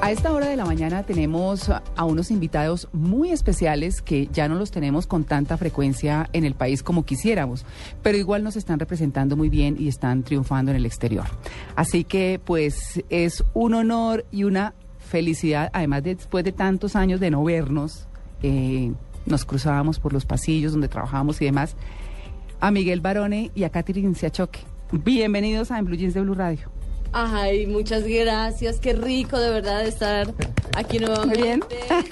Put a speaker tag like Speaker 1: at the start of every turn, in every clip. Speaker 1: A esta hora de la mañana tenemos a unos invitados muy especiales que ya no los tenemos con tanta frecuencia en el país como quisiéramos, pero igual nos están representando muy bien y están triunfando en el exterior. Así que pues es un honor y una felicidad, además de- después de tantos años de no vernos, eh, nos cruzábamos por los pasillos donde trabajábamos y demás, a Miguel Barone y a Catherine Siachoque. Bienvenidos a En Blue Jeans de Blue Radio.
Speaker 2: Ay, muchas gracias. Qué rico de verdad estar aquí nuevamente.
Speaker 1: bien?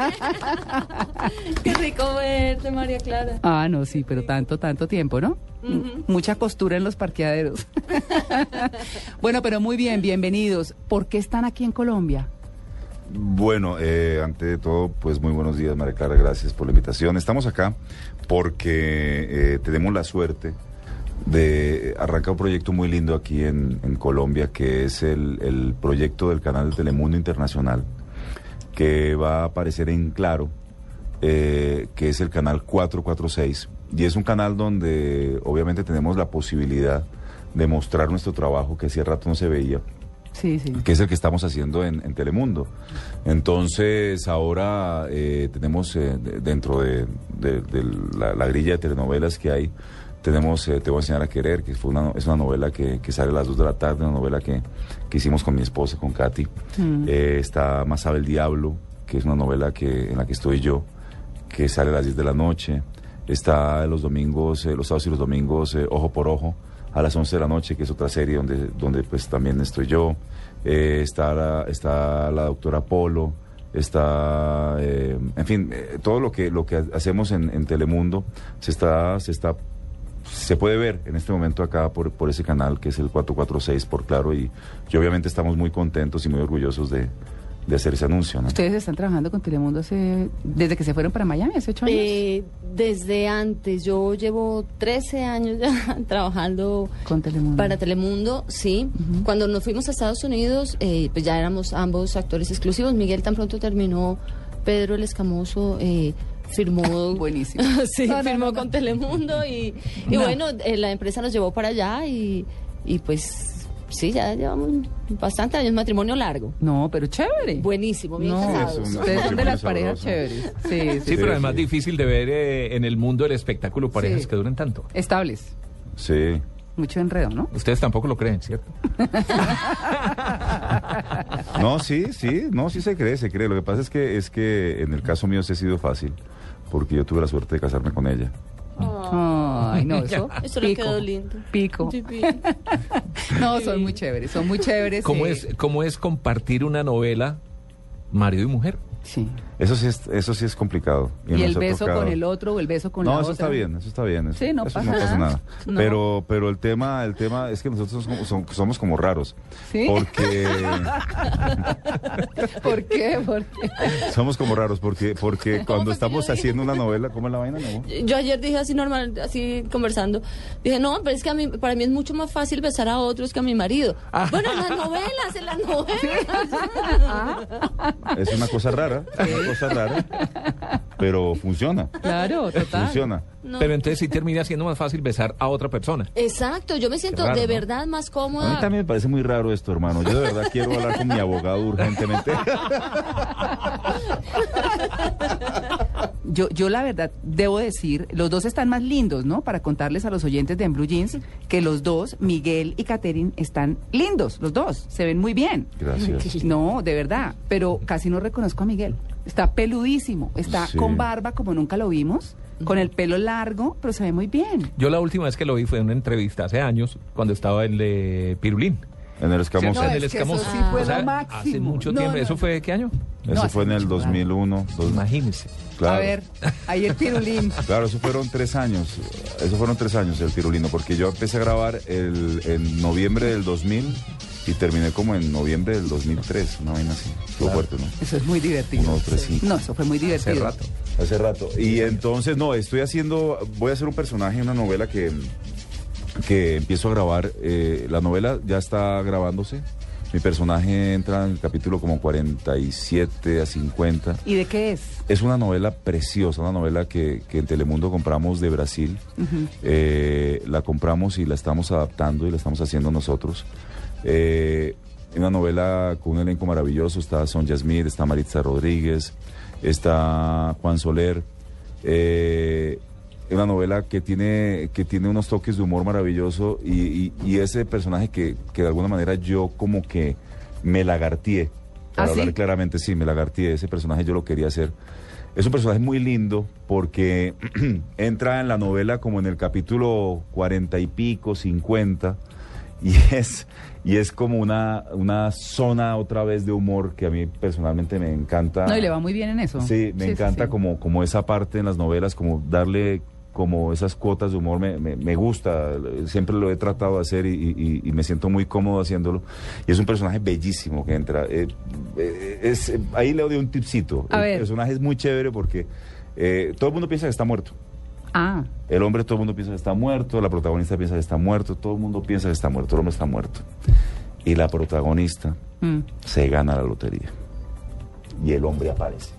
Speaker 2: Qué rico verte, María Clara.
Speaker 1: Ah, no, sí, pero tanto, tanto tiempo, ¿no? M- Mucha costura en los parqueaderos. bueno, pero muy bien, bienvenidos. ¿Por qué están aquí en Colombia?
Speaker 3: Bueno, eh, ante de todo, pues muy buenos días, María Clara, gracias por la invitación. Estamos acá porque eh, tenemos la suerte de arrancar un proyecto muy lindo aquí en, en Colombia, que es el, el proyecto del canal de Telemundo Internacional, que va a aparecer en Claro, eh, que es el canal 446. Y es un canal donde obviamente tenemos la posibilidad de mostrar nuestro trabajo que hacía rato no se veía
Speaker 1: Sí, sí.
Speaker 3: que es el que estamos haciendo en, en Telemundo. Entonces, ahora eh, tenemos eh, de- dentro de, de- de la, la grilla de telenovelas que hay, tenemos eh, Te voy a enseñar a querer, que fue una, no- es una novela que, que sale a las 2 de la tarde, una novela que, que hicimos con mi esposa, con Katy. Eh, está Más sabe el diablo, que es una novela que, en la que estoy yo, que sale a las 10 de la noche. Está los domingos, eh, los sábados y los domingos, eh, Ojo por Ojo, a las 11 de la noche, que es otra serie donde, donde pues también estoy yo. Eh, está, la, está la doctora Polo, está, eh, en fin, eh, todo lo que, lo que ha- hacemos en, en Telemundo se está, se está se puede ver en este momento acá por, por ese canal que es el 446 por Claro y, y obviamente estamos muy contentos y muy orgullosos de, de hacer ese anuncio. ¿no?
Speaker 1: Ustedes están trabajando con Telemundo hace, desde que se fueron para Miami, hace ocho años.
Speaker 2: Eh, desde antes, yo llevo 13 años ya trabajando
Speaker 1: Con Telemundo.
Speaker 2: para Telemundo, sí. Cuando nos fuimos a Estados Unidos, eh, pues ya éramos ambos actores exclusivos. Miguel tan pronto terminó, Pedro el Escamoso eh, firmó...
Speaker 1: Buenísimo.
Speaker 2: sí,
Speaker 1: No, no,
Speaker 2: firmó
Speaker 1: no, no.
Speaker 2: con Telemundo y, y
Speaker 1: No.
Speaker 2: bueno, eh, la empresa nos llevó para allá y, y pues sí, ya llevamos bastante años, matrimonio largo.
Speaker 1: No, pero chévere.
Speaker 2: Buenísimo, bien
Speaker 1: no,
Speaker 2: casados.
Speaker 3: Eso,
Speaker 1: ustedes son de las
Speaker 3: Matrimonio
Speaker 1: parejas
Speaker 3: sabroso.
Speaker 1: chéveres. Sí, sí.
Speaker 4: Sí, pero además
Speaker 3: sí.
Speaker 4: difícil de ver eh, en el mundo del espectáculo parejas
Speaker 1: Sí.
Speaker 4: que duren tanto.
Speaker 1: Estables.
Speaker 3: Sí.
Speaker 1: Mucho enredo, ¿no?
Speaker 4: Ustedes tampoco lo creen, ¿cierto?
Speaker 3: No, sí, sí, no, sí se cree, se cree. Lo que pasa es que, es que en el caso mío sí ha sido fácil porque yo tuve la suerte de casarme con ella.
Speaker 1: Ay, no, eso.
Speaker 2: Eso le
Speaker 1: pico,
Speaker 2: quedó lindo.
Speaker 1: Pico. No, son muy chéveres, son muy chéveres.
Speaker 4: ¿Cómo,
Speaker 1: eh,
Speaker 4: es, ¿Cómo es compartir una novela marido y mujer?
Speaker 1: Sí.
Speaker 3: Eso sí es, eso sí es complicado.
Speaker 1: Y el
Speaker 3: nos ha
Speaker 1: beso con
Speaker 3: tocado-
Speaker 1: el otro o el beso con
Speaker 3: no,
Speaker 1: la
Speaker 3: eso
Speaker 1: otra.
Speaker 3: está bien, eso está bien. Eso,
Speaker 1: Sí, no
Speaker 3: eso
Speaker 1: pasa nada.
Speaker 3: nada.
Speaker 1: No.
Speaker 3: Pero, pero el tema, el tema es que nosotros somos, som- somos como raros.
Speaker 1: ¿Sí?
Speaker 3: Porque
Speaker 1: ¿Por qué? ¿Por qué?
Speaker 3: somos como raros, porque, porque cuando estamos haciendo una novela, ¿cómo es la vaina, mi amor?
Speaker 2: Yo ayer dije así normal, así conversando. Dije, no, pero es que a mí, para mí es mucho más fácil besar a otros que a mi marido.
Speaker 1: Ah.
Speaker 2: Bueno, en las novelas, en las novelas.
Speaker 3: Es una cosa rara, es una cosa rara, pero funciona.
Speaker 1: Claro, total.
Speaker 3: Funciona.
Speaker 2: No.
Speaker 4: Pero entonces sí termina siendo más fácil besar a otra persona.
Speaker 2: Exacto, yo me siento
Speaker 4: raro,
Speaker 2: de
Speaker 4: ¿no?
Speaker 2: verdad más
Speaker 3: A mí
Speaker 2: cómoda.
Speaker 3: también me parece muy raro esto, hermano. Yo de verdad quiero hablar con mi abogado urgentemente.
Speaker 1: Yo, yo la verdad debo decir, los dos están más lindos, ¿no? Para contarles a los oyentes de En Blue Jeans que los dos, Miguel y Catherine, están lindos, los dos, se ven muy bien.
Speaker 3: Gracias.
Speaker 1: No, de verdad, pero casi no reconozco a Miguel. Está peludísimo, está
Speaker 3: Sí.
Speaker 1: con barba como nunca lo vimos, con el pelo largo, pero se ve muy bien.
Speaker 4: Yo la última vez que lo vi fue en una entrevista hace años cuando estaba el de Pirulín.
Speaker 3: En el escamoso.
Speaker 4: ¿cierto?
Speaker 1: No,
Speaker 4: en el
Speaker 1: es que eso
Speaker 4: escamoso.
Speaker 1: sí fue lo máximo.
Speaker 4: Hace mucho
Speaker 1: No,
Speaker 4: tiempo.
Speaker 1: no,
Speaker 4: ¿Eso
Speaker 1: no.
Speaker 4: fue qué año?
Speaker 3: Eso
Speaker 1: hace
Speaker 3: fue en el
Speaker 1: mucho, claro.
Speaker 3: 2001. dos-
Speaker 4: Imagínense.
Speaker 3: claro.
Speaker 1: A ver, ahí el pirulín.
Speaker 3: Claro, eso fueron tres años. Eso fueron tres años el tirolino, porque yo empecé a grabar el, en noviembre del 2000 y terminé como en noviembre del 2003, una vaina así. Fue fuerte, ¿no?
Speaker 1: Eso es muy divertido.
Speaker 3: Uno, tres, cinco.
Speaker 1: no, eso fue muy divertido.
Speaker 4: Hace rato.
Speaker 3: Hace rato. Y entonces, no, estoy haciendo, voy a hacer un personaje en una novela que, que empiezo a grabar. eh, la novela ya está grabándose. Mi personaje entra en el capítulo como 47 a 50.
Speaker 1: ¿Y de qué es?
Speaker 3: Es una novela preciosa, una novela que, que en Telemundo compramos de Brasil. Eh, la compramos y la estamos adaptando y la estamos haciendo nosotros. Eh, una novela con un elenco maravilloso. Está Sonia Smith, está Maritza Rodríguez, está Juan Soler. Eh, es una novela que tiene, que tiene unos toques de humor maravilloso y, y- y ese personaje que, que de alguna manera yo como que me lagartié. Para
Speaker 1: ¿Ah, sí?
Speaker 3: hablar claramente, sí, me lagartié. Ese personaje yo lo quería hacer. Es un personaje muy lindo porque entra en la novela como en el capítulo cuarenta y pico, cincuenta, y es, y es como una, una zona otra vez de humor que a mí personalmente me encanta.
Speaker 1: No, y le va muy bien en eso.
Speaker 3: Sí, me encanta
Speaker 1: sí.
Speaker 3: Como, como esa parte en las novelas, como darle como esas cuotas de humor, me, me- me gusta, siempre lo he tratado de hacer y, y- y me siento muy cómodo haciéndolo. Y es un personaje bellísimo que entra. eh, eh, es, eh, ahí le doy un tipcito.
Speaker 1: A
Speaker 3: el
Speaker 1: ver.
Speaker 3: personaje es muy chévere porque eh, todo el mundo piensa que está muerto.
Speaker 1: Ah,
Speaker 3: El hombre, todo el mundo piensa que está muerto, la protagonista piensa que está muerto, todo el mundo piensa que está muerto, el hombre está muerto. Y la protagonista
Speaker 1: mm.
Speaker 3: se gana la lotería. Y el hombre aparece.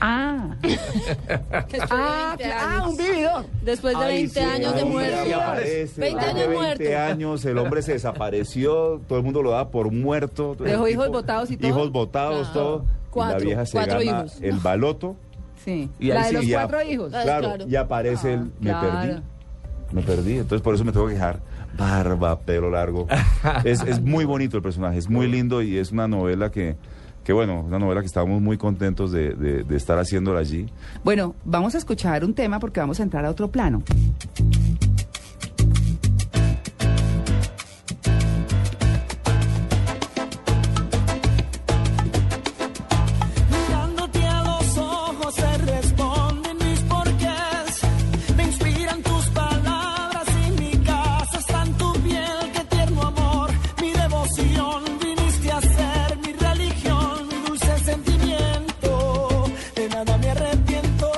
Speaker 1: ah,
Speaker 2: Ah,
Speaker 1: ah, un vividor.
Speaker 2: Después de 20 años de muerte. 20 años
Speaker 3: de
Speaker 2: muerto.
Speaker 3: años, el hombre se desapareció, todo el mundo lo daba por muerto. El
Speaker 1: Dejó hijos botados y todo.
Speaker 3: Hijos botados,
Speaker 2: Claro.
Speaker 3: todo. y
Speaker 2: Cuatro,
Speaker 3: la vieja se
Speaker 2: cuatro
Speaker 3: gana
Speaker 2: hijos.
Speaker 3: el baloto.
Speaker 1: Sí.
Speaker 4: Y ahí
Speaker 1: la de
Speaker 4: sí
Speaker 1: los
Speaker 3: ya-
Speaker 1: cuatro hijos.
Speaker 2: Ah,
Speaker 3: Claro,
Speaker 2: claro.
Speaker 3: y aparece el me
Speaker 1: claro.
Speaker 3: perdí. Me perdí, entonces por eso me tengo que dejar barba, pelo largo. es, es muy bonito el personaje, es muy lindo y es una novela que, que bueno, una novela que estábamos muy contentos de, de- de estar haciéndola allí.
Speaker 1: Bueno, vamos a escuchar un tema porque vamos a entrar a otro plano.
Speaker 5: Mirándote a los ojos se responden mis porqués. Me inspiran tus palabras y mi casa está en tu piel. Qué tierno amor, mi devoción. Viniste a ser mi religión, mi dulce sentimiento. De nada me arrepiento.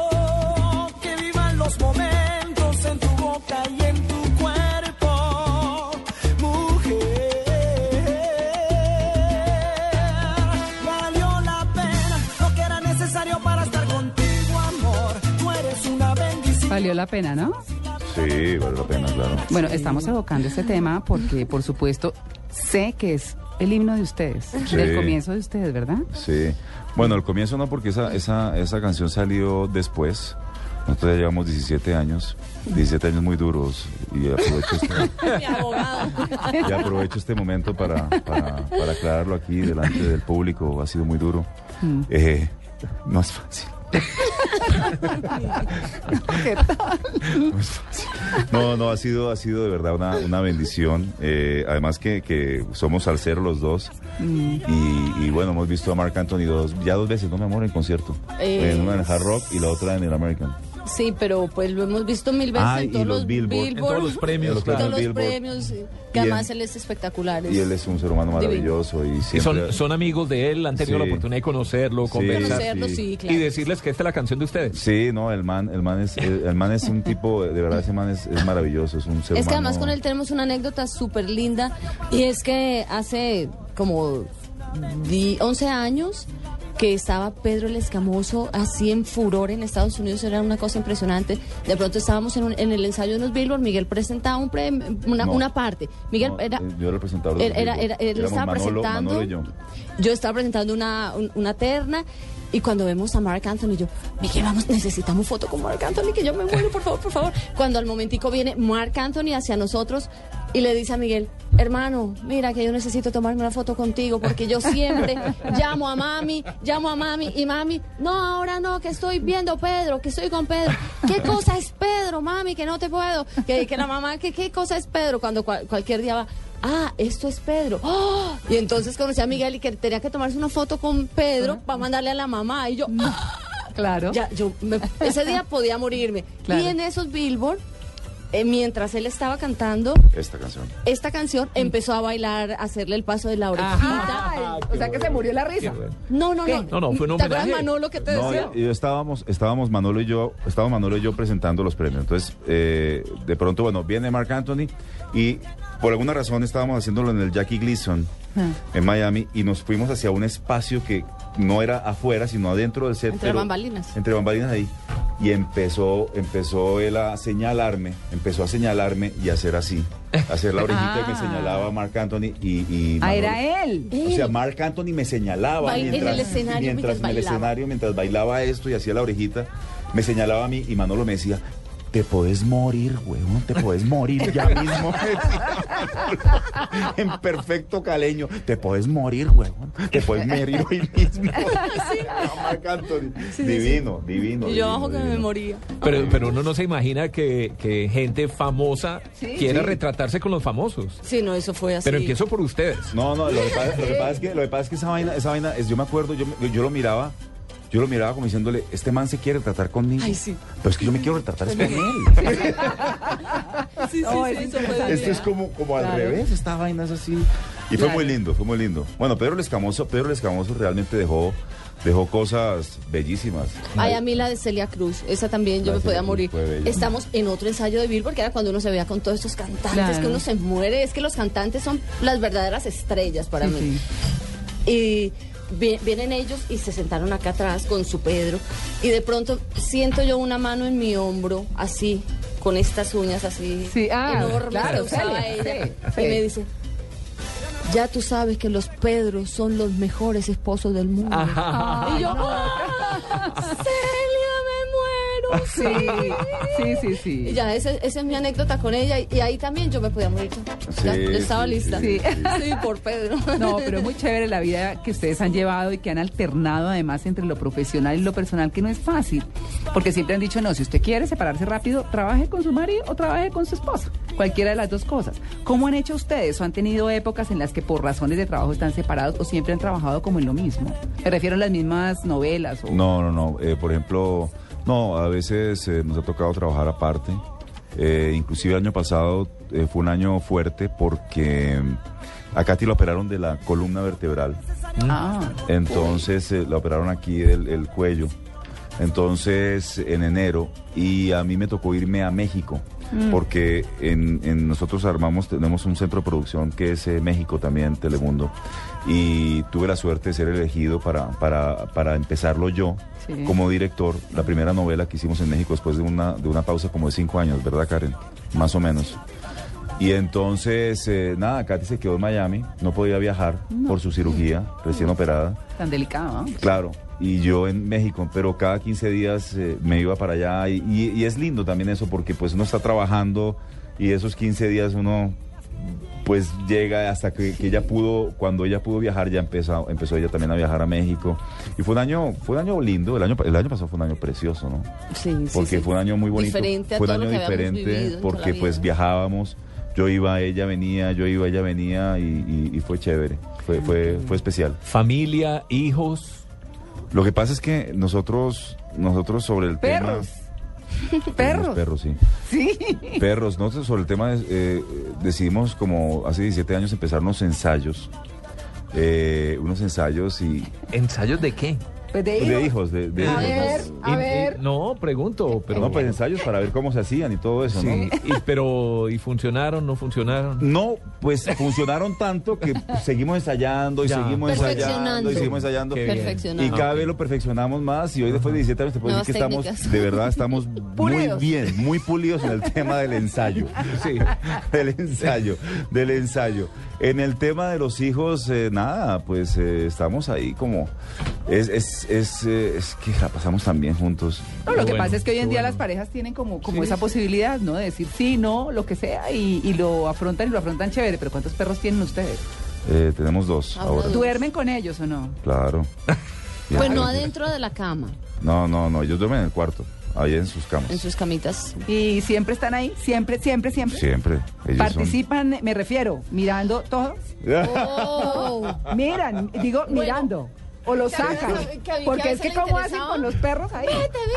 Speaker 5: Que vivan los momentos en tu boca y en tu cuerpo. Mujer. Valió la pena lo que era necesario para estar contigo, amor. Tú eres una bendición.
Speaker 1: Valió la pena, ¿no?
Speaker 3: Sí, vale la pena, claro.
Speaker 1: Bueno, estamos evocando este tema porque, por supuesto, sé que es el himno de ustedes,
Speaker 3: Sí.
Speaker 1: del comienzo de ustedes, ¿verdad?
Speaker 3: Sí. Bueno, al comienzo no, porque esa, esa, esa canción salió después. Nosotros ya llevamos 17 años, 17 años muy duros, y aprovecho este,
Speaker 2: Mi abogado.
Speaker 3: y aprovecho este momento para, para, para aclararlo aquí delante del público, ha sido muy duro. Eh, no es fácil. No es fácil. No, no, ha sido, ha sido de verdad una, una bendición. Eh, además que, que somos salseros los dos. Y, y bueno, hemos visto a Marc Anthony dos, ya dos veces, ¿no, mi amor? En concierto.
Speaker 2: Eh,
Speaker 3: en una en el Hard Rock y la otra en el American.
Speaker 2: Sí, pero pues lo hemos visto mil veces
Speaker 3: Ah, y
Speaker 2: en todos
Speaker 3: los
Speaker 2: los
Speaker 3: Billboard.
Speaker 2: Billboard.
Speaker 3: En
Speaker 4: todos los premios,
Speaker 2: en
Speaker 3: claro.
Speaker 2: todos los
Speaker 3: Billboard.
Speaker 2: premios, eh,
Speaker 3: Y
Speaker 2: que además
Speaker 3: en-
Speaker 2: él es espectacular.
Speaker 3: Y él es un ser humano maravilloso y
Speaker 4: Y
Speaker 3: siempre...
Speaker 4: son, son amigos de él, han tenido
Speaker 3: Sí.
Speaker 4: la oportunidad de conocerlo,
Speaker 3: Sí.
Speaker 4: conversar.
Speaker 2: Conocerlo,
Speaker 3: Sí.
Speaker 2: sí,
Speaker 4: Y
Speaker 2: claro.
Speaker 4: decirles que esta es la canción de ustedes.
Speaker 3: Sí, no, el man, el man es, el, el man es un tipo, de verdad ese man es, es maravilloso, es un ser
Speaker 2: Es que
Speaker 3: humano-
Speaker 2: además con él tenemos una anécdota súper linda y es que hace como di- 11 años que estaba Pedro el Escamoso así en furor en Estados Unidos, era una cosa impresionante. De pronto estábamos en, un- en el ensayo de los Billboard, Miguel presentaba un pre- una,
Speaker 3: No.
Speaker 2: una parte. Miguel
Speaker 3: No,
Speaker 2: era...
Speaker 3: eh, yo era el presentador de
Speaker 2: Él,
Speaker 3: los
Speaker 2: era-
Speaker 3: Billboard.
Speaker 2: era- él
Speaker 3: Éramos
Speaker 2: estaba
Speaker 3: Manolo-
Speaker 2: presentando.
Speaker 3: Manolo y yo.
Speaker 2: yo estaba presentando una, un- una terna y cuando vemos a Mark Anthony, yo, Miguel, vamos, necesitamos foto con Mark Anthony, que yo me muero, por favor, por favor. Cuando al momentico viene Mark Anthony hacia nosotros y le dice a Miguel, hermano, mira que yo necesito tomarme una foto contigo porque yo siempre llamo a mami, llamo a mami y mami, no, ahora no, que estoy viendo Pedro, que estoy con Pedro. ¿Qué cosa es Pedro, mami, que no te puedo? Que, que la mamá, que qué cosa es Pedro cuando cual- cualquier día va, ah, esto es Pedro. ¡Oh! Y entonces conocí a Miguel y que tenía que tomarse una foto con Pedro para mandarle a la mamá. Y yo, ¡ah!
Speaker 1: Claro.
Speaker 2: ya, yo me- ese día podía morirme.
Speaker 1: Claro.
Speaker 2: Y en esos Billboard eh, mientras él estaba cantando
Speaker 3: esta canción.
Speaker 2: esta canción, empezó a bailar, a hacerle el paso de la orejita.
Speaker 1: Ay, o sea que se murió la risa.
Speaker 4: Qué bueno.
Speaker 2: No, no, no.
Speaker 4: No, no, fue un
Speaker 2: ¿Te acuerdas,
Speaker 4: homenaje.
Speaker 2: Manolo, que te
Speaker 3: No,
Speaker 2: decía?
Speaker 3: y- y estábamos, estábamos Manolo y yo, estábamos Manolo y yo presentando los premios. Entonces, eh, de pronto, bueno, viene Mark Anthony y por alguna razón estábamos haciéndolo en el Jackie Gleason
Speaker 2: Ah.
Speaker 3: en Miami y nos fuimos hacia un espacio que no era afuera, sino adentro del set.
Speaker 2: Entre bambalinas.
Speaker 3: Entre bambalinas ahí. Y empezó, empezó él a señalarme, empezó a señalarme y a hacer así, a hacer la orejita
Speaker 2: Ah.
Speaker 3: que me señalaba Mark Anthony y... y
Speaker 1: Ah,
Speaker 3: Manolo.
Speaker 1: era él.
Speaker 3: O sea, Mark Anthony me señalaba
Speaker 2: Bail- en
Speaker 3: mientras,
Speaker 2: el escenario
Speaker 3: mientras,
Speaker 2: mientras
Speaker 3: en el
Speaker 2: bailaba.
Speaker 3: escenario, mientras bailaba esto y hacía la orejita, me señalaba a mí y Manolo me decía, te podés morir, huevón, te podés morir ya mismo. en perfecto caleño, te podés morir, huevón, te podés morir hoy mismo. Marc Anthony, divino, divino.
Speaker 2: Y
Speaker 3: divino,
Speaker 2: yo abajo que me
Speaker 3: divino.
Speaker 2: moría.
Speaker 4: Pero, pero uno no se imagina que, que gente famosa quiera retratarse con los famosos.
Speaker 2: Sí, no, eso fue así.
Speaker 4: Pero empiezo por ustedes.
Speaker 3: No, no, lo que pasa, lo que pasa es que lo que pasa es que esa vaina, esa vaina es, yo me acuerdo, yo, me- yo lo miraba, yo lo miraba como diciéndole, este man se quiere tratar conmigo.
Speaker 2: Ay, sí.
Speaker 3: Pero es que yo me quiero retratar es con él.
Speaker 2: Sí, sí, sí, eso fue de
Speaker 3: Esto es como, como al revés, esta vaina es así. Y fue muy lindo, fue muy lindo. Bueno, Pedro Lescamoso, Pedro Lescamoso realmente dejó, dejó cosas bellísimas.
Speaker 2: Ay, a mí la de Celia Cruz, esa también yo
Speaker 3: La
Speaker 2: me
Speaker 3: de
Speaker 2: podía
Speaker 3: Celia
Speaker 2: morir.
Speaker 3: Cruz fue bella.
Speaker 2: Estamos en otro ensayo de Billboard, que era cuando uno se veía con todos estos cantantes,
Speaker 1: Claro.
Speaker 2: que uno se muere. Es que los cantantes son las verdaderas estrellas para mí. Y vi- vienen ellos y se sentaron acá atrás con su Pedro. Y de pronto siento yo una mano en mi hombro, así, con estas uñas así
Speaker 1: Sí, ah,
Speaker 2: enormes
Speaker 1: claro,
Speaker 2: que usaba
Speaker 1: Celia,
Speaker 2: ella.
Speaker 1: sí, sí.
Speaker 2: Y me dice. Ya tú sabes que los Pedros son los mejores esposos del mundo. Y yo, ¡ah! Celia, me muero.
Speaker 1: Sí, sí, sí.
Speaker 2: Y ya, ese- esa es mi anécdota con ella. Y, y ahí también yo me podía morir. ya,
Speaker 3: Sí,
Speaker 2: yo estaba
Speaker 3: sí,
Speaker 2: lista.
Speaker 3: sí,
Speaker 2: Sí, por Pedro.
Speaker 1: No, pero es muy chévere la vida que ustedes han llevado y que han alternado además entre lo profesional y lo personal, que no es fácil. Porque siempre han dicho, no, si usted quiere separarse rápido, trabaje con su marido o trabaje con su esposa. Cualquiera de las dos cosas. ¿Cómo han hecho ustedes? ¿O han tenido épocas en las que por razones de trabajo están separados o siempre han trabajado como en lo mismo? Me refiero a las mismas novelas o...
Speaker 3: No, no, no. eh, por ejemplo, no, a veces eh, nos ha tocado trabajar aparte. Eh, inclusive el año pasado eh, fue un año fuerte porque mm, a Katy la operaron de la columna vertebral.
Speaker 1: Ah,
Speaker 3: Entonces eh, la operaron aquí del el cuello. Entonces en enero y a mí me tocó irme a México porque en, en nosotros armamos tenemos un centro de producción que es eh, México también Telemundo y tuve la suerte de ser elegido para para, para empezarlo yo
Speaker 1: Sí.
Speaker 3: como director la primera novela que hicimos en México después de una de una pausa como de cinco años verdad Karen más o menos y entonces, eh, nada, Katy se quedó en Miami, no podía viajar por su cirugía recién operada.
Speaker 1: tan delicado. ¿no?
Speaker 3: Claro, y yo en México, pero cada 15 días eh, me iba para allá y, y- y es lindo también eso porque pues uno está trabajando y esos 15 días uno pues llega hasta que, que ella pudo, cuando ella pudo viajar ya empezó, empezó ella también a viajar a México y fue un año, fue un año lindo, el año, el año pasado fue un año precioso, ¿no?
Speaker 2: Sí, sí,
Speaker 3: porque
Speaker 2: sí.
Speaker 3: fue un año muy bonito.
Speaker 2: Diferente a
Speaker 3: fue un
Speaker 2: todo
Speaker 3: año
Speaker 2: lo que habíamos vivido
Speaker 3: diferente
Speaker 2: en toda
Speaker 3: porque
Speaker 2: la
Speaker 3: pues
Speaker 2: vida.
Speaker 3: viajábamos, yo iba, ella venía, yo iba, ella venía y, y- y fue chévere, fue, fue, fue especial.
Speaker 4: Familia, hijos.
Speaker 3: Lo que pasa es que nosotros, nosotros sobre el
Speaker 1: Perros.
Speaker 3: tema... Tenemos
Speaker 1: Perros.
Speaker 3: Perros, sí.
Speaker 1: Sí.
Speaker 3: Perros, nosotros sobre el tema eh, eh, decidimos como hace 17 años empezar unos ensayos. eh, unos ensayos y...
Speaker 4: ¿Ensayos de qué?
Speaker 1: Pues de
Speaker 3: De
Speaker 1: hijos.
Speaker 3: hijos, de... de
Speaker 4: A
Speaker 3: hijos.
Speaker 1: ver. A
Speaker 4: Y- y- no, pregunto. Pero,
Speaker 3: No, pues ensayos para ver cómo se hacían y todo eso, ¿no?
Speaker 4: Sí, y- pero, ¿y funcionaron, no funcionaron?
Speaker 3: No, pues funcionaron tanto que seguimos ensayando y
Speaker 4: Ya.
Speaker 3: seguimos ensayando
Speaker 2: Perfeccionando.
Speaker 3: y seguimos ensayando.
Speaker 4: Qué bien.
Speaker 3: Y
Speaker 2: Perfeccionado.
Speaker 3: cada vez lo perfeccionamos más y hoy después de 17 años te puedo decir que
Speaker 2: Nuevas
Speaker 3: estamos,
Speaker 2: técnicas.
Speaker 3: de verdad, estamos muy
Speaker 1: Pulidos.
Speaker 3: bien, muy pulidos en el tema del ensayo.
Speaker 4: Sí.
Speaker 3: Del ensayo, del ensayo. En el tema de los hijos, eh, nada, pues eh, estamos ahí como... Es, es, es, eh, es que la pasamos tan bien juntos.
Speaker 1: No, lo
Speaker 4: Qué
Speaker 1: que
Speaker 4: bueno,
Speaker 1: pasa es que hoy en
Speaker 4: qué
Speaker 1: día
Speaker 4: bueno.
Speaker 1: las parejas tienen como, como
Speaker 4: Sí.
Speaker 1: esa posibilidad, ¿no? De decir sí, no, lo que sea, y, y lo afrontan y lo afrontan chévere. Pero ¿cuántos perros tienen ustedes?
Speaker 3: Eh, tenemos dos
Speaker 2: Ahora
Speaker 3: ahora.
Speaker 2: dos.
Speaker 1: ¿Duermen con ellos o no?
Speaker 3: Claro.
Speaker 2: Pues no adentro de la cama,
Speaker 3: No, no, no, ellos duermen en el cuarto, ahí en sus camas.
Speaker 2: en sus camitas.
Speaker 1: ¿Y siempre están ahí? ¿Siempre, siempre, siempre?
Speaker 3: Siempre. Ellos
Speaker 1: ¿Participan, me refiero, mirando todo?
Speaker 3: Son...
Speaker 2: Oh.
Speaker 1: Miran, digo, mirando.
Speaker 6: o lo
Speaker 2: Que a veces
Speaker 6: sacan.
Speaker 2: a- que a Vicky
Speaker 6: Porque
Speaker 2: a
Speaker 6: es que
Speaker 2: veces le
Speaker 6: cómo hacen
Speaker 2: interesaba.
Speaker 6: con los perros ahí.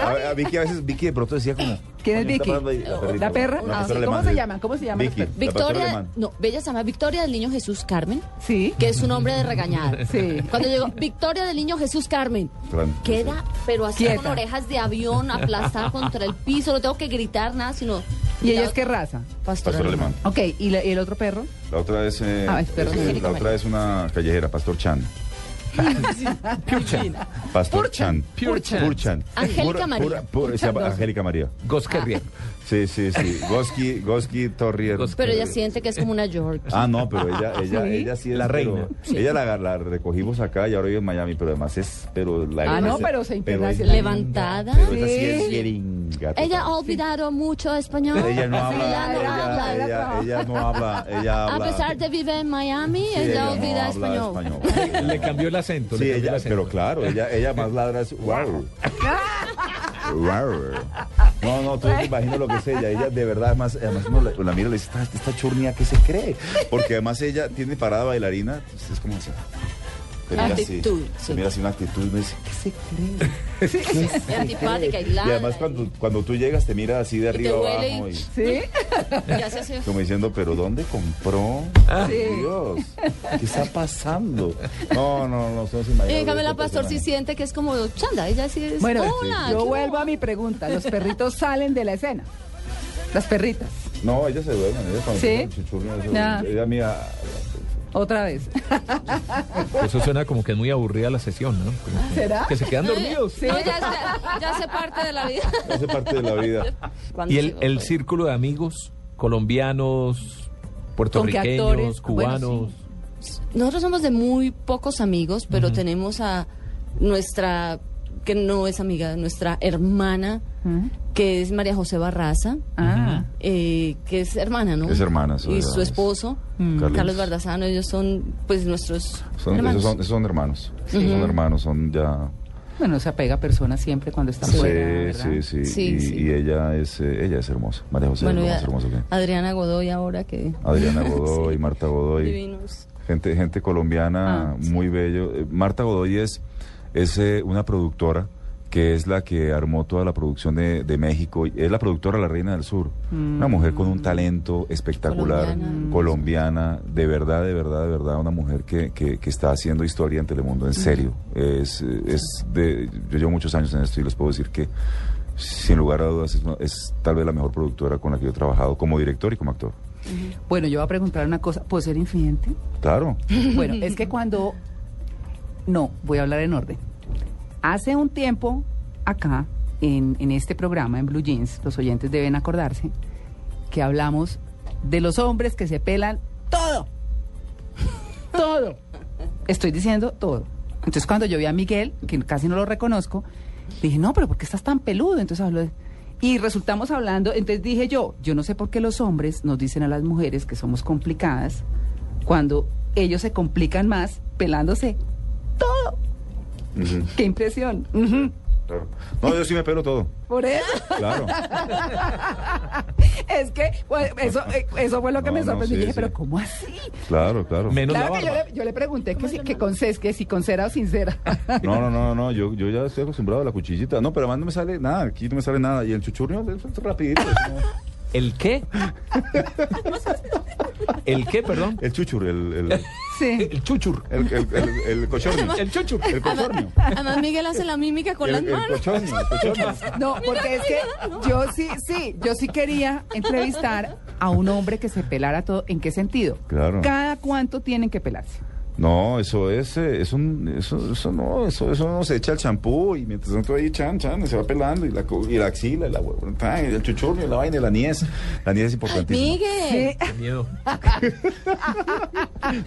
Speaker 3: A, a Vicky a veces, Vicky de pronto decía como...
Speaker 1: ¿Quién es
Speaker 3: "Coño,
Speaker 1: Vicky?
Speaker 3: está pasando ahí La, perrita,
Speaker 1: ¿La perra?
Speaker 3: la
Speaker 1: Ah,
Speaker 3: pastora
Speaker 1: sí.
Speaker 3: alemana".
Speaker 1: ¿Cómo se llaman? ¿Cómo se llaman los
Speaker 3: Vicky,
Speaker 1: perros?
Speaker 3: la pastora
Speaker 2: Victoria,
Speaker 3: alemana.
Speaker 2: no, Bella se llama Victoria del Niño Jesús Carmen,
Speaker 1: Sí.
Speaker 2: que es un hombre de regañada.
Speaker 1: Sí.
Speaker 2: Cuando llegó Victoria del Niño Jesús Carmen,
Speaker 3: Fran-
Speaker 2: queda, pero así con
Speaker 1: Quieta.
Speaker 2: orejas de avión aplastada contra el piso, no tengo que gritar nada, sino...
Speaker 1: ¿Y ella es qué raza?
Speaker 2: Pastor,
Speaker 3: Pastor alemán.
Speaker 1: Ok, ¿y, la- y el otro perro?
Speaker 3: La otra es, eh,
Speaker 1: Ah, es perro.
Speaker 3: es- la otra es una callejera, Pastor Chan. Pastor Chan.
Speaker 4: Pure Chan.
Speaker 3: Chan.
Speaker 2: Angélica
Speaker 3: Pura-
Speaker 2: María.
Speaker 3: pura- pura- se llama Angélica María.
Speaker 4: Gosquerrier.
Speaker 3: Sí, sí, sí. Goski, Goski Torrier.
Speaker 4: Goski.
Speaker 2: Pero ella siente que es como una York.
Speaker 3: Ah, no, pero ella, ella,
Speaker 1: Sí.
Speaker 3: ella sí es
Speaker 4: La
Speaker 3: pero-
Speaker 4: reina.
Speaker 3: Ella la, la recogimos acá y ahora vive en Miami, pero además es, pero la
Speaker 1: Ah, no,
Speaker 3: esa-
Speaker 1: pero se internacionaliza.
Speaker 2: Levantada.
Speaker 3: Pero esa sí es
Speaker 1: Sí.
Speaker 3: gringa,
Speaker 2: Ella ha
Speaker 3: total.
Speaker 2: olvidado mucho español.
Speaker 3: Ella no habla,
Speaker 2: no
Speaker 3: ella,
Speaker 2: habla.
Speaker 3: ella, ella no habla, ella
Speaker 2: A
Speaker 3: habla.
Speaker 2: pesar de vivir en Miami,
Speaker 3: Sí,
Speaker 2: ella,
Speaker 3: no
Speaker 2: olvida
Speaker 3: habla
Speaker 2: español.
Speaker 3: español.
Speaker 4: Le cambió el acento.
Speaker 3: Sí,
Speaker 4: le cambió
Speaker 3: ella,
Speaker 4: el acento.
Speaker 3: pero claro, ella, ella más ladra es wow. wow. No, no, tú no te imaginas lo que es ella. Ella de verdad, además, además uno la, la mira y le dice, esta, esta churnia que se cree. Porque además ella tiene parada bailarina, entonces es como así. Se mira así,
Speaker 2: Actitud,
Speaker 3: Se
Speaker 2: sí.
Speaker 3: mira así una actitud y uno dice, ¿qué se cree?
Speaker 2: Es antipática y
Speaker 3: Y
Speaker 2: ladra.
Speaker 3: además cuando, cuando tú llegas te mira así de
Speaker 2: te
Speaker 3: arriba
Speaker 2: huele
Speaker 3: abajo
Speaker 2: y-
Speaker 3: y
Speaker 1: Sí.
Speaker 2: y hace así.
Speaker 3: como diciendo, pero ¿dónde compró? Dios, ¿qué está pasando? No, no, no, no se
Speaker 2: Y
Speaker 3: imaginan
Speaker 2: en cambio
Speaker 3: lo
Speaker 2: la
Speaker 3: que está
Speaker 2: Eh, pastor sí
Speaker 3: pasando.
Speaker 2: siente que es como chanda, ella sí es
Speaker 1: Bueno,
Speaker 2: hola.
Speaker 1: yo
Speaker 2: ¿qué
Speaker 1: vuelvo a mi pregunta. Los perritos salen de la escena. Las perritas.
Speaker 3: No, ellas se duermen, ellas cuando
Speaker 1: ¿Sí?
Speaker 3: tienen chichurria, se duermen.
Speaker 1: Ah.
Speaker 3: Ella mía,
Speaker 1: Otra vez.
Speaker 4: Eso suena como que es muy aburrida la sesión, ¿no? Como que-
Speaker 1: ¿Ah, ¿Será?
Speaker 4: Que se quedan dormidos.
Speaker 2: No, ya, se- ya hace parte de la vida.
Speaker 3: hace parte de la vida.
Speaker 2: Cuando
Speaker 4: Y el,
Speaker 2: llegó, pues.
Speaker 4: el
Speaker 2: fue-
Speaker 4: círculo de amigos colombianos,
Speaker 1: actores? Bueno,
Speaker 4: puertorriqueños, cubanos.
Speaker 1: sí.
Speaker 2: Nosotros somos de muy pocos amigos, pero tenemos a nuestra, que no es amiga, nuestra hermana, que es María José Barraza,
Speaker 1: Ah.
Speaker 2: eh, que es hermana, ¿no?
Speaker 3: Es hermana, sí,
Speaker 2: Y
Speaker 3: verdad,
Speaker 2: su
Speaker 3: es-
Speaker 2: esposo,
Speaker 3: Carlos.
Speaker 2: Mm. Carlos Bardazano, ellos son, pues, nuestros
Speaker 3: Son,
Speaker 2: hermanos.
Speaker 3: esos, son, esos son hermanos, esos son hermanos, son ya...
Speaker 1: Bueno, se apega a personas siempre cuando están
Speaker 3: Sí,
Speaker 1: fuera. ¿verdad?
Speaker 3: sí, sí,
Speaker 2: Sí,
Speaker 3: y,
Speaker 2: sí.
Speaker 3: y ella es, eh, ella es hermosa, María José
Speaker 2: Bueno,
Speaker 3: es lo
Speaker 2: y
Speaker 3: más
Speaker 2: a-
Speaker 3: hermoso que...
Speaker 2: Adriana Godoy ahora que...
Speaker 3: Adriana Godoy,
Speaker 2: Sí.
Speaker 3: Marta Godoy.
Speaker 2: Divinos.
Speaker 3: Gente, gente colombiana muy bello. Eh, Marta Godoy es, es eh, una productora que es la que armó toda la producción de, de México. y Es la productora de La Reina del Sur. Una mujer con un talento espectacular, colombiana.
Speaker 2: Colombiana.
Speaker 3: de verdad, de verdad, de verdad, una mujer que, que- que está haciendo historia en Telemundo, en serio. Es, eh, es de, yo llevo muchos años en esto y les puedo decir que, sin lugar a dudas, es, una- es tal vez la mejor productora con la que yo he trabajado como director y como actor.
Speaker 1: Bueno, yo voy a preguntar una cosa. ¿Puedo ser infidente?
Speaker 3: Claro.
Speaker 1: Bueno, es que cuando... No, voy a hablar en orden. Hace un tiempo, acá, en, en este programa, en Blue Jeans, los oyentes deben acordarse, que hablamos de los hombres que se pelan todo. Todo. Estoy diciendo todo. Entonces cuando yo vi a Miguel, que casi no lo reconozco, dije, no, pero ¿por qué estás tan peludo? Entonces habló de- Y resultamos hablando, entonces dije yo, yo no sé por qué los hombres nos dicen a las mujeres que somos complicadas cuando ellos se complican más pelándose todo. Qué impresión. Ujú.
Speaker 3: Claro. No, yo sí me pelo todo.
Speaker 1: Por eso.
Speaker 3: Claro.
Speaker 1: Es que bueno, eso, eh, eso fue lo que
Speaker 3: No,
Speaker 1: me
Speaker 3: no,
Speaker 1: sorprendió.
Speaker 3: sí,
Speaker 1: dije,
Speaker 3: sí.
Speaker 1: pero ¿cómo así?
Speaker 3: Claro, claro.
Speaker 4: Menos
Speaker 1: Claro
Speaker 4: la
Speaker 1: que yo
Speaker 4: barba.
Speaker 1: le, yo le pregunté que si, que con ses- que si con cera o sin cera.
Speaker 3: No, no, no, no, yo, yo ya estoy acostumbrado a la cuchillita. No, pero además no me sale nada, aquí no me sale nada. Y el chuchurrio es rapidito. es como-
Speaker 4: ¿El qué? ¿El qué, perdón?
Speaker 3: El chuchur, el, el, el,
Speaker 1: Sí.
Speaker 4: El chuchur.
Speaker 3: el, el, el cochornio.
Speaker 4: El chuchur.
Speaker 3: El cochornio.
Speaker 2: Además Miguel hace la mímica con
Speaker 3: El,
Speaker 2: las
Speaker 3: el
Speaker 2: manos.
Speaker 3: cochornio, el cochornio.
Speaker 1: No, porque es que yo sí, sí, yo sí quería entrevistar a un hombre que se pelara todo. ¿En qué sentido?
Speaker 3: Claro.
Speaker 1: Cada cuánto tienen que pelarse.
Speaker 3: No, eso es, eh, eso, eso, eso no, eso, eso no se echa el champú y mientras tanto ahí chan, chan, se va pelando y la, co- y la axila, y la huevo- tan, y el chuchurrio, y la vaina, y la niez. La niez es importantísima.
Speaker 2: Miguel.
Speaker 4: Qué miedo.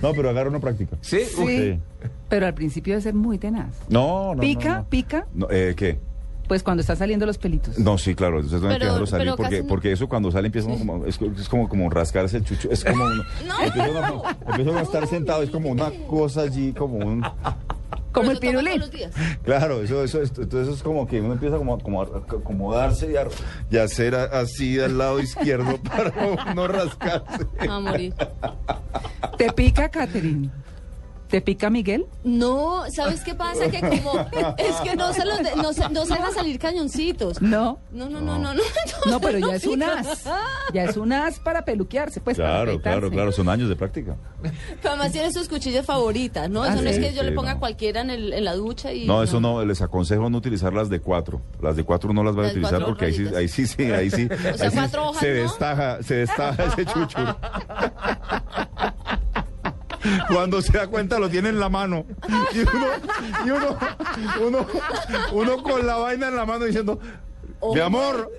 Speaker 3: No, pero agarra una práctica.
Speaker 4: Sí.
Speaker 3: Sí.
Speaker 1: Pero al principio debe ser muy tenaz.
Speaker 3: No, no, no.
Speaker 1: ¿Pica?
Speaker 3: no.
Speaker 1: ¿Pica?
Speaker 3: No, eh, ¿Qué?
Speaker 1: Pues cuando están saliendo los pelitos.
Speaker 3: No, sí, claro, entonces tienen que
Speaker 2: Pero-
Speaker 3: dejarlo salir
Speaker 2: pero
Speaker 3: porque,
Speaker 2: casi no.
Speaker 3: porque eso cuando sale empieza uno como, es, es como, como rascarse el chucho, es como uno, empieza uno, como- empieza uno a estar sentado, es como una cosa allí, como un,
Speaker 1: Como
Speaker 2: Pero
Speaker 1: el
Speaker 2: eso toma
Speaker 1: pirulín.
Speaker 2: todos los días.
Speaker 3: claro, eso, eso, es- entonces es como que uno empieza como, como a acomodarse y, a- y a hacer a- así al lado izquierdo
Speaker 2: Ah,
Speaker 3: para uno rascarse.
Speaker 2: Va a morir.
Speaker 1: ¿Te pica, Catherine? ¿Te pica Miguel?
Speaker 2: No, ¿sabes qué pasa? Que como es que no se los de- no se, no se deja salir cañoncitos.
Speaker 1: No.
Speaker 2: No, no, no, no, pues no.
Speaker 1: No, pero ya es un
Speaker 2: pica.
Speaker 1: as. Ya es un as para peluquearse, pues. para
Speaker 3: Claro,
Speaker 1: afeitarse.
Speaker 3: claro, claro, son años de práctica.
Speaker 2: Pero además tiene sus cuchillas favoritas, ¿no? Eso
Speaker 3: Ah,
Speaker 2: no es
Speaker 3: sí,
Speaker 2: que yo le
Speaker 3: sí,
Speaker 2: ponga
Speaker 3: no.
Speaker 2: cualquiera en, el- en la ducha y.
Speaker 3: No, eso no, les aconsejo no utilizar las de cuatro. Las de cuatro no las van a
Speaker 2: Las
Speaker 3: utilizar
Speaker 2: cuatro
Speaker 3: porque ahí sí,
Speaker 2: rollitas.
Speaker 3: ahí sí, sí, ahí sí.
Speaker 2: O sea,
Speaker 3: ahí sí
Speaker 2: cuatro hojas,
Speaker 3: se
Speaker 2: ¿no?
Speaker 3: destaja, se destaja ese chuchur. Cuando se da cuenta lo tiene en la mano. Y uno, y uno, uno, uno con la vaina en la mano diciendo, mi amor,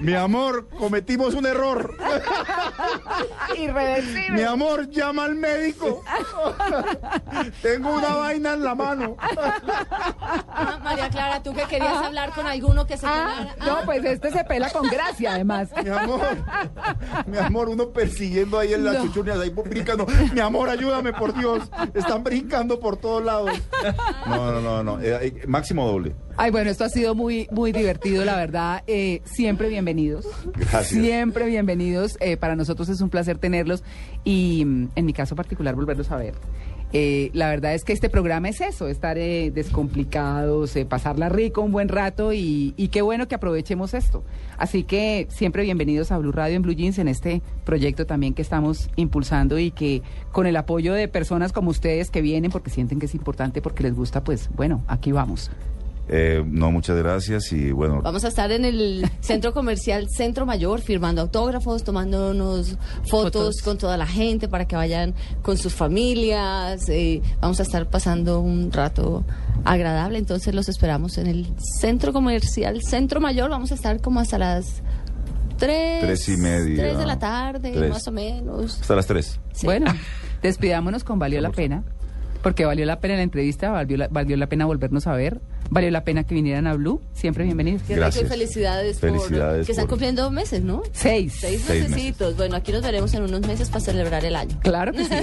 Speaker 3: mi amor, cometimos un error.
Speaker 1: Irreversible.
Speaker 3: Mi amor, llama al médico. Tengo una vaina en la mano.
Speaker 2: Ah, María Clara, tú que querías hablar con alguno que se
Speaker 1: Ah,
Speaker 2: quedara.
Speaker 1: no, pues este se pela con gracia, además.
Speaker 3: Mi amor, mi amor, uno persiguiendo ahí en las
Speaker 1: No.
Speaker 3: chuchurrias, ahí pues, brincando. Mi amor, ayúdame, por Dios. Están brincando por todos lados. No, no, no, no. eh, eh, máximo doble.
Speaker 1: Ay, bueno, esto ha sido muy, muy divertido, la verdad. Eh, siempre bienvenidos.
Speaker 3: Gracias.
Speaker 1: Siempre bienvenidos. Eh, para nosotros es un placer tenerlos y mm, en mi caso particular volverlos a ver. Eh, la verdad es que este programa es eso, estar eh, descomplicados, eh, pasarla rico un buen rato y, y qué bueno que aprovechemos esto. Así que siempre bienvenidos a Blue Radio en Blue Jeans, en este proyecto también que estamos impulsando y que con el apoyo de personas como ustedes que vienen porque sienten que es importante, porque les gusta, pues bueno, aquí vamos.
Speaker 3: Eh, no, muchas gracias y bueno.
Speaker 2: Vamos a estar en el centro comercial Centro Mayor firmando autógrafos, tomándonos fotos,
Speaker 1: Fotos.
Speaker 2: con toda la gente para que vayan con sus familias. eh, vamos a estar pasando un rato agradable, entonces los esperamos en el centro comercial Centro Mayor. Vamos a estar como hasta las tres,
Speaker 3: Tres y media.
Speaker 2: tres de la tarde,
Speaker 3: Tres.
Speaker 2: más o menos.
Speaker 3: Hasta las tres.
Speaker 2: Sí.
Speaker 1: Bueno, despidámonos con valió la pena, porque valió la pena la entrevista, valió la, valió la pena volvernos a ver, valió la pena que vinieran a Blue, siempre bienvenidos.
Speaker 2: Qué rico y
Speaker 3: Gracias.
Speaker 2: felicidades, por-
Speaker 3: Felicidades
Speaker 2: que están
Speaker 3: por-
Speaker 2: cumpliendo meses, ¿no?
Speaker 1: Seis.
Speaker 2: Seis,
Speaker 3: Seis meses.
Speaker 2: mesecitos. Bueno, aquí nos veremos en unos meses para celebrar el año.
Speaker 1: Claro que sí.